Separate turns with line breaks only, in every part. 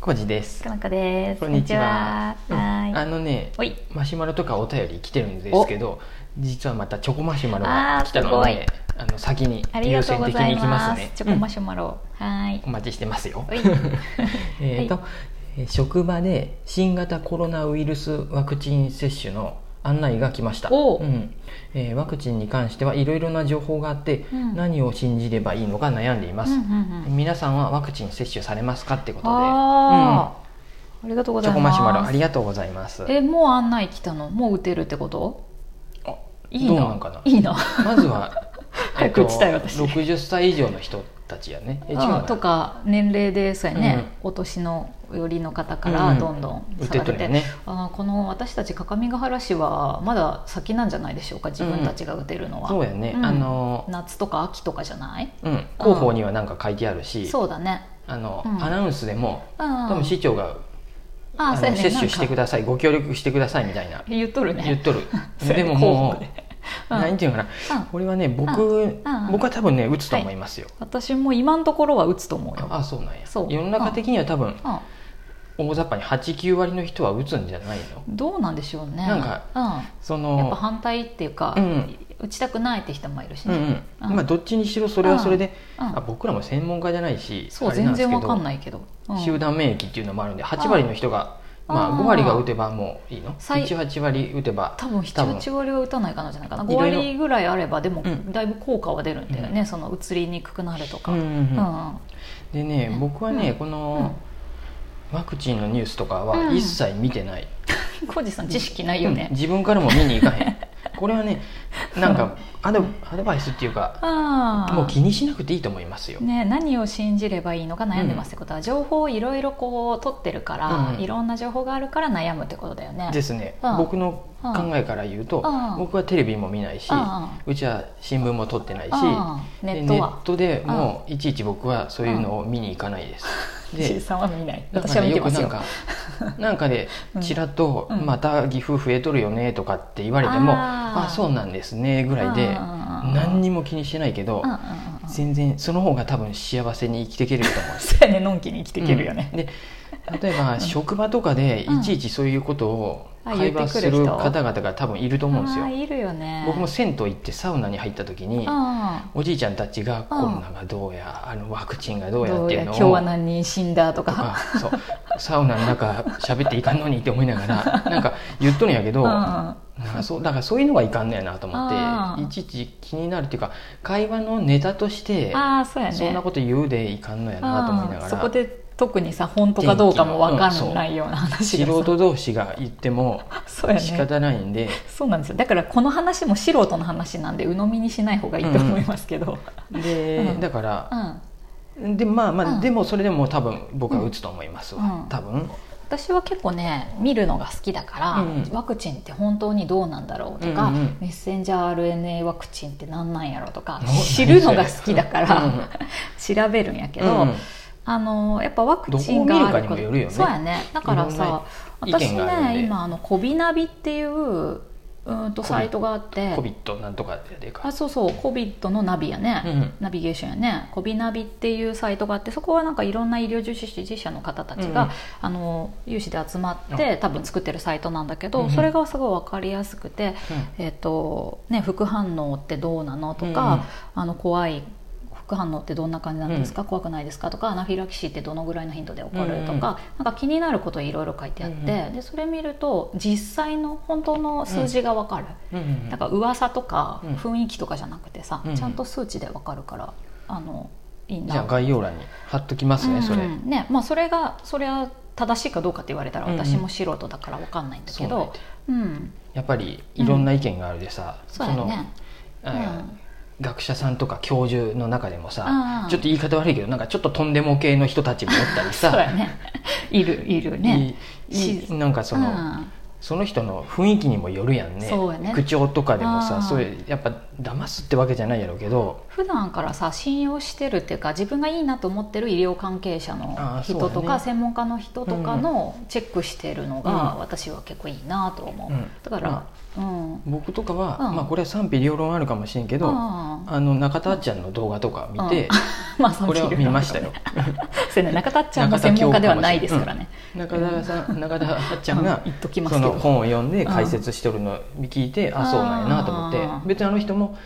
コジです
か。なこです。
こんにちは。
こんにちは
うん
は
あ
ーい。
のね、
おい。
マシュマロとかお便り来てるんですけど、実はまたチョコマシュマロが
あー
来たのです
ごい、
あの先に
あり
優
がと
先
うご
的
ざ
に
い
行きま
ます
ね
す。。チョコマ
シ
シュマロ。はーい
お。待ちしてますよ
お。い
えっと、えー職場で新型コロナウイルスワクチン接種の案内が来ました。
おうん
えーワクチンに関してはいろいろな情報があって、
うん
何を信じればいいのか悩んでいます。
うんうんうん。
皆さんはワクチン接種されますかってことで、
ああ。ありがと
う
うご
んチ
ざい
ョ
ます。
コマシュマロありがとうございます。
え、もう案内来たの？もう打てるってこと？
あ
いい
ど
の？
うなんかない
いの？
まずは
早く打ちたい私
60歳以上の人たちやねえ違うの
うんとか年齢でそうやね、お年の寄りの方からどんどん
打
下
て
が
と
れ
る
て、
よね
あのこの私たち各務原市はまだ先なんじゃないでしょうか自分たちが打てるのは、
そうやね、
うん
あの
夏とか秋とかじゃない
うん広報には何か書いてあるし、
そうだね
あの
うん
アナウンスでも
うん
多分市長が、
あ
あ
そうや
の
ね
接種してく
なんか
ださいご協力してくださいみたいな
言っとるね
言っとる
そうや
で
ね
もも
広
う
報でうん
何ていうのかな
うん
これはね僕、
うんうん
僕は多分ね打つと思いますよ、
私も今のところは打つと思うよ、
あそうなんや
そう
世の中的には多分
うん
大雑把に89割の人は打つんじゃないの
どうなんでしょうね
なんかそ
うん、や
の
っぱ反対っていうか、
うん
打ちたくないって人もいるし
うんう
ね、
ん
うん
まあ、どっちにしろそれはそれで、
うんうん
あ僕らも専門家じゃないし
そう
あれな
全
です
然
けど
わかんないけど、うん
集団免疫っていうのもあるんで8割の人が、
うん
まあ、
あー
5割が打てばもういいの
最
78割打てば
多分
多分
78割は打たないかなじゃないかない5
ろいろ
割ぐらいあればでも
うん
だいぶ効果は出るんだよね、その移りにくくなるとか、
うんうんうん
うん
でね僕はね、
うん
この、ワクチンのニュースとかは一切見てない、
浩二さん知識ないよ
うん
ね、
自分からも見に行かへんこれはねなんかアドアドバイスっていうか
ああ
もう気にしなくていいと思いますよ、
ね、何を信じればいいのか悩んでますってことは、情報をいろいろこう取ってるから、
うん
いろんな情報があるから悩むってことだよね
ですね、
うん
僕の考えから言うと、
うん
僕はテレビも見ないし、
う
うん
うん
ちは新聞も撮ってないし、
うん
で
ネットは
ネットでもうういちいち僕はそういうのを見に行かない です、
じい
で
さんは見ない
だか
私
ら
は
ね
見て
よく
ます
なん
よ
か なんかでちらっと
うんう
「
ん
また岐阜増えとるよね」とかって言われても「あ
あー
そうなんですね」ぐらいで
うんうんうん
何にも気にしてないけど
うんうんうんうん
全然その方が多分幸せに生きていけると思う
そうやねのんきに生きていけるよね、
うんで例えば職場とかで
うん
いちいちそういうことを
あ
会話す
言ってく
る
る人
方々が多分いると思うんです
ああ
よ
いるよね
僕も銭湯行ってサウナに入った時に
あ
おじいちゃんたちがコロナがどうやあのワクチンがどうや
ど
っ
う
てい
や
うの
今
を
日は何人死んだと
と
か
かそうサウナの中喋っていかんのにって思いながら なんか言っとるんやけどなん
うん
かそうだからそういうのがいかんのやなと思
あ
って
ー
いちいち気になるっていうか会話のネタとして
ああそうやね
そんなこと言うでいかんのやなと思いなが
うん
ら
そこで特にさ本当かどうかも分かんないような話
素
がさ、
人同士が言っても
そうやね
仕方ないんで、
そうなんですよだからこの話も素人の話なんで鵜呑みにしない方がいいと思いますけど、
で、
うん
だから
うん
でまあまあ、
うん
でもそれでも多分僕は打つと思いますわ、
うん
多分
私は結構ね見るのが好きだから、
うん
ワクチンって本当にどうなんだろうとか、
うんうん
メッセンジャー RNA ワクチンって何なんやろうとか
お
知るのが好きだから、
うん
調べるんやけど、
うん
あのやっぱワクチンがあ
ど
る
こを見るかにもよるよね
そうやねだからさ
いろんな意
私
見があるん
ね
で
今あのコビナビっていううーんと
コビ
サイトがあって
コビットなんとかやでか
あそうそうコビットのナビやね、
うん
ナビゲーションやねコビナビっていうサイトがあってそこはなんかいろんな医療従事者の方たちが、
うん
あの有志で集まって多分作ってるサイトなんだけど、
うん
それがすごい分かりやすくて、えっとね、副反応ってどうなのとか、あの怖い副反応ってどんな感じなんですか、怖くないですかとかアナフィラキシーってどのぐらいの頻度で起こる
うん
とか、
うん
なんか気になることいろいろ書いてあって、
うん
でそれ見ると実際の本当の数字が分かる、
うんうん
だから噂とか
うん
雰囲気とかじゃなくてさ、
うん
ちゃんと数値で分かるからあのいいな
じゃあ概要欄に貼っときますね、それ
うんうんねまあ、それがそれは正しいかどうかって言われたら
うんうん
私も素人だから分かんないんだけど、うん
やっぱりいろんな意見があるでさ、
そうやね、
その、
うん
あ学者さんとか教授の中でも
うん
さ
うん
ちょっと言い方悪いけどなんかちょっととんでも系の人たちもおったり
そう
さ
やねいるいるね
いい
し
なんかその、
うん
その人の雰囲気にもよるやんね
そうやね
口調とかでも
あ
さ
ー
そういうやっぱ騙すってわけじゃないやろうけど
普段からさ信用してるっていうか自分がいいなと思ってる医療関係者
あ
の
ーそう
人と
だ
か、
ね
専門家の人とかのチェックしてるのが、
うん
私は結構いいなと思う、
うん
だから、うん、
僕とかは、
うん
まあ、これは賛否両論あるかもしれんけど、
あ
あの中田あっちゃんの動画とか見て、
ー まあ
これを見ました
よ
よ
そうね中田っちゃんが専門家ではないですからね、
中田さん中田あっちゃ
うんん
が
言っときます
そ
け
の
ど、
本を読んで解説してるの聞いて、あそうなんやなと思って
あー
別にあの人も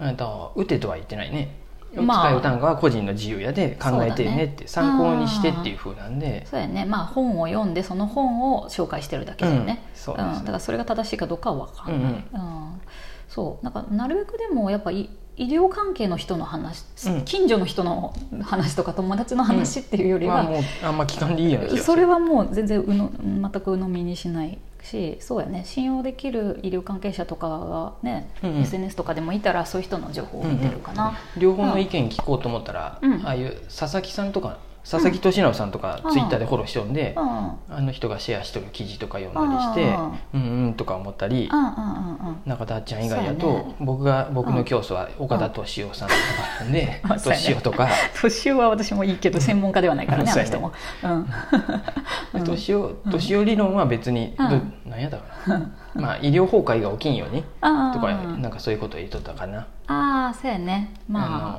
うん
えっと打てとは言ってないね、
まあ
使う単価は個人の自由やで考えて
そうだ
ね
ね
って、参考にしてっていうふうなんで
そうやねまあ本を読んでその本を紹介してるだけだよね、
う
うんん
そうですね
だからそれが正しいかどうかは分かんない、うんそうなんかなるべくでもやっぱり医療関係の人の話、
うん
近所の人の話とか友達の話っていうより
まあ
は、
もうあんま聞かんでいいような気がす
そ
る
れはもう全然うの全く鵜呑みにしないしそうやね信用できる医療関係者とかがね、
うんうん
SNS とかでもいたらそういう人の情報を見てるかな、
両方の意見聞こうと思ったら、
うん
ああいう佐々木さんとか佐々木俊直さんとか、
うん
ツイッターでフォローしてるんで
う、んうん
あの人がシェアしとる記事とか読んだりして、うんうんとか思ったり、
うんうんうん
中田あっちゃん以外だと、
そうやね
僕が僕の教祖は岡田敏夫さんとかなんで
うんあそうやね
敏夫とか
年上は私もいいけど専門家ではないからね、
そうや
あの
ね
人も。うんうん
敏夫敏夫理論は別に、ど
うん
なんやだから、 まあ医療崩壊が起きんように
あー
とかなんかそういうことを言っとったかな、
ああそうやねま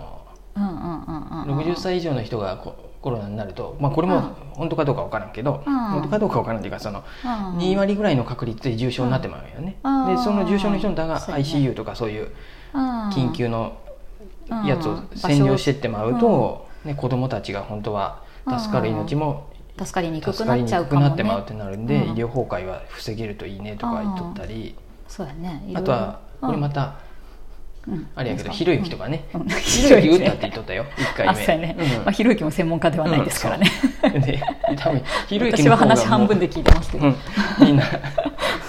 あ
あ
うんうんう
の
んうん
60歳以上の人がこコロナになると、まあ、これも
うん
本当かどうかわからんけど、
うん
本当かどうかわからんっていうかその
うんうん
2割ぐらいの確率で重症になってまうよね、
うん
でその重症の人が
そうやね
ICU とかそういう
うん
緊急のやつを占領してってまうと、ね、子供たちが本当は助かる命も
助かりにく
助か
くな
り
っ
に
ちゃ
く
う
く
かも、ね、
なってまうってなるんで、
うん
医療崩壊は防げるといいねとか言っとったり
そうやねい
あ
ろいろ
とはこれまた
うん
あれやけどひろゆきとかね
うん
ひろゆき打ったって言っとったよ1回目
あそうやね、
うん
まあ、ひろゆきも専門家ではないですからね、
で多分ひろゆき
私
の
は
方がもう
話半分で聞いてますけど、
うん、みんな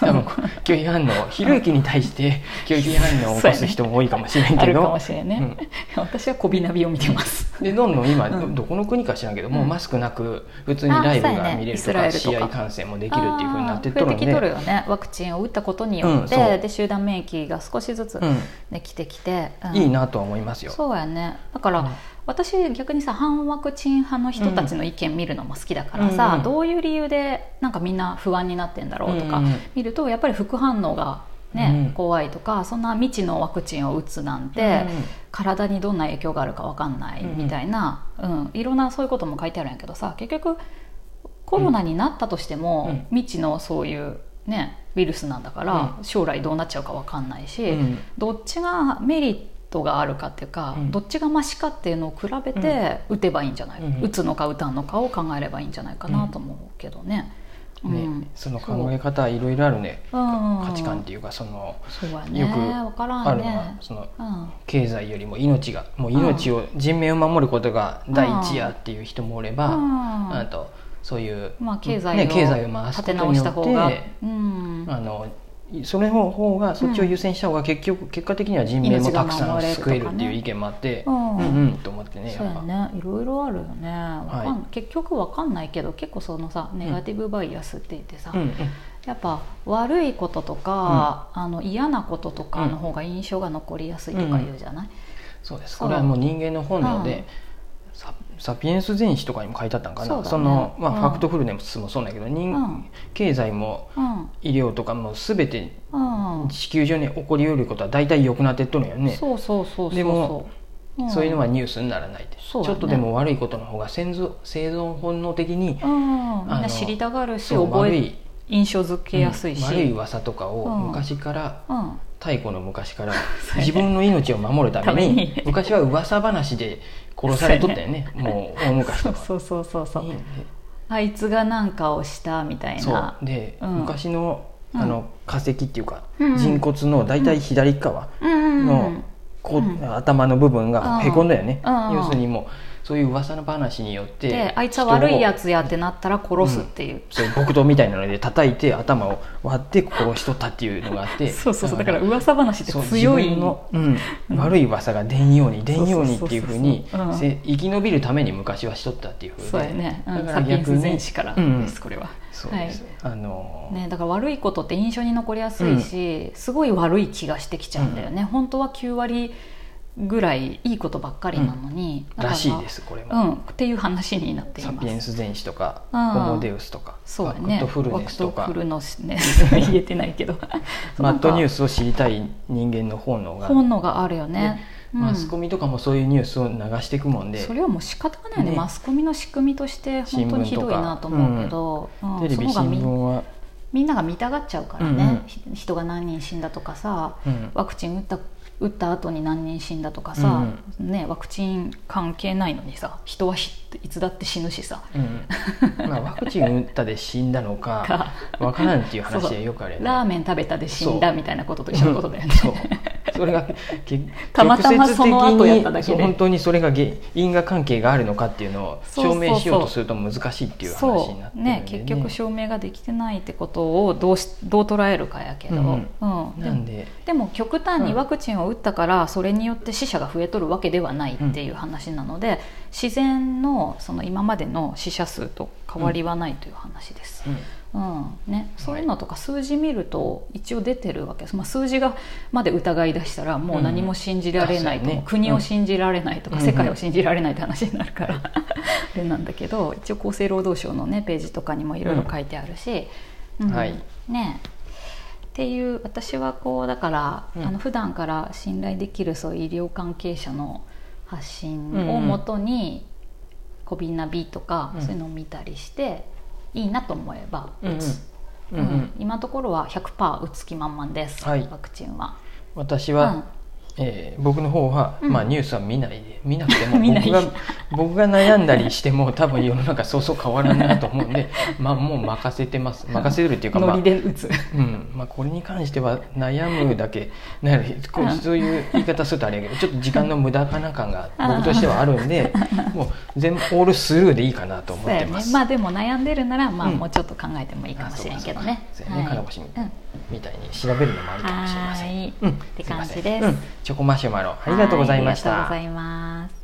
多分拒否反応ひろゆきに対して拒否反応を起こす人も多いかもしれん
あ
け
るか
ど
もしれないね、私は小びなびを見てます
でどんどん今、
うん
どこの国か知らんけどもう
うん
マスクなく普通にライブ
あそうや
が
ね
見れると
イスラ
か
エルとか
試合観戦もできるっていうふうになってっと
あー増
る
え
ん
て
で
きとるよねワクチンを打ったことによって、
うんそう
で集団免疫が少しずつできてきて、うん
いいなとは思いますよ。
そうやねだから、
うん
私逆にさ反ワクチン派の人たちの意見見るのも好きだから
うん
さ、
うん
どういう理由でなんかみんな不安になってんだろうとか
うんうん
見るとやっぱり副反応が、ね
うん
怖いとかそんな未知のワクチンを打つなんて、
うん
体にどんな影響があるかわかんない
うんうん
みたいな、うんいろんなそういうことも書いてあるんやけどさ結局コロナになったとしても、
うん
未知のそういう、ね、ウイルスなんだから、将来どうなっちゃうかわかんないし、
うん
どっちがメリットがあるかっていうか、
うん
どっちがマシかっていうのを比べて打てばいいんじゃない、
うん
打つのか打たんのかを考えればいいんじゃないかなと思うけどね。うん
ね、その考え方はいろいろあるね
うん
価値観っていうかその
そうやね
よく
分から
あ
ん
るのは
ね。
その
うん
経済よりも命がもう命を人命を守ることが第一やっていう人もおれば、
うん
あとそういう、
まあ、経済を,、
ね、経済を回す
立
こと
て
によって
直した方が、うん、
あのそれの方がそっちを優先した方が結局、結果的には人命もたくさん救えるっていう意見もあって、
命
う
が守
ん
れるとかねうん
うんと思ってね
そう
やっ
や
ぱ
ねいろいろあるよねわかん、
はい
結局わかんないけど結構そのさネガティブバイアスって言ってさ、
うんうん
やっぱ悪いこととか、あの嫌なこととかの方が印象が残りやすいとか言うじゃない、
そうです
そ
こ
う
れはもう人間の本能
うん
で、ササピエンス全史とかにも書いてあったんかな
そ
そ,、
うだね
の、まあ
うん
ファクトフルネスもそうなんやけど人、
うん
経済も
うん
医療とかも全て
うん
地球上に起こりうることは大体良くなってっとるんよねそ
そうそうそうそう
でも
う
う,、
ん
いうのはニュースにならないって、ち
そ
ょ
うだね
っとでも悪いことの方が生存生存本能的に
うんみん
あの
な知りたがるし
そう
覚
悪
え
い
印象づけやすいし、
うん悪い噂とかを
うん
昔から、
うん
太古の昔から
そうやね
自分の命を守るために
ために
昔は噂話で殺されとったよねもう大昔
そ
と
う
か
そうそうそうそう
いいね
あいつが何かをしたみたい
そう
な
で、
うん
昔の
うん
あの化石っていうか、
うん
人骨の大体左側
うんうんう
の、
ん
こう
うん
頭の部分がへこんだよね、
うん
要するにもうそういう噂の話によって
であいつは悪いや
人を
つやってなったら殺すっていう、
そう木刀みたいなので叩いて頭を割って殺しとったっていうのがあって
そうそうそうだから噂話って
そう
強
自
い
分
の
の、うん悪い噂が出んように出んようにっていうふうに
そうそうそうそううん
せ生き延びるために昔はしとったっていうふうで
そうやね、うん、
だか
サ
ら
ピエン
逆
ス
に
全史から
う
です、
ん
これは、
そうです、あのー
ね、だから悪いことって印象に残りやすいし、すごい悪い気がしてきちゃうんだよね、本当は9割ぐらいいいことばっかりなのに、だから
らしいですこれ
う
も、
ん、っていう話になってい
サ
ま
ピエン
す。
ス全史とかホ
うん
モデウスとか
そうや
ワク
ね。
トフルネスと
ワ
か
クトフルノス ね、言えてないけど。
マッドニュー
ス。
スを知りたい人間の本能が、
本能があるよね
ね。
うん
マスコミとかもそういうニュースを流していくもんで
それはもう仕方がないよね
ね
マスコミの仕組みとして本当にひどいなと思うけど、うん
テレ
そ
ビ
の
新
方がみ
聞は、
みんなが見たがっちゃうから
うん
ね
う、ん
ひ人が何人死んだとかさ
うん
ワクチン打った打った後に何人死んだとかさ、ね、ワクチン関係ないのにさ人はひいつだって死ぬしさ。
うんまあ、ワクチン打ったで死んだのかわからんっていう話でよくあれ
そうラーメン食べたで死んだみたいなことと一緒のことだよね。
そうそれがけ
たまたまその後やっただけで
直接的にそう本当にそれがげ因果関係があるのかっていうのを
そうそ
証
うそう
明しようとすると難しいっていう話になっ
そ
てる
う
んで、
ね結局証明ができてないってことをどうしどう捉えるかやけど、う
うんんな
で
ん
も
で
でも極端に
うん
ワクチンを打ったから、それによって死者が増えとるわけではないっていう話なので、自然のその今までの死者数と変わりはないという話です。
うん
うんね、そういうのとか数字見ると一応出てるわけです、まあ、数字がまで疑い出したらもう何も信じられないと、
うん確かにね
国を信じられないとか、
うん
世界を信じられないって話になるから、 あれなんだけど一応厚生労働省の、ね、ページとかにもいろいろ書いてあるし、うん
はい
ねっていう私はこうだから、
うん
あの普段から信頼できるそういう医療関係者の発信をもとに、コビナビとか、
うん
そういうのを見たりしていいなと思えば
うんう
打
ん
つ、
うんう
うん
ん
今のところは100%打つ気満々です、
はい
ワクチンは。
私
う
は、
ん
えー僕の方は、
うん
まあ、ニュースは見ないで見なくても
見ない
僕が僕が悩んだりしても多分世の中そうそう変わらないなと思うん で、まあ、もう任せてます任せるっていうか、ま
ノ
あ
リで打つ
うんまあ、これに関しては悩むだけなるこうそういう言い方するとあれ やけどちょっと時間の無駄かな感が僕としてはあるんでもう全部オールスルーでいいかなと思
そう
って
や
ま
ね
す。
まあでも悩んでるなら、まあ、
うん
もうちょっと考えてもいいかもしれんけどね
あ。そうかそうかそうやね
はい
金星みたい
うん
みたいに調べるのもありかもしれません。
はい
うん
って感じ
すいません
です
うんチョコマシュマロありがとうございました。
はいありがとうございます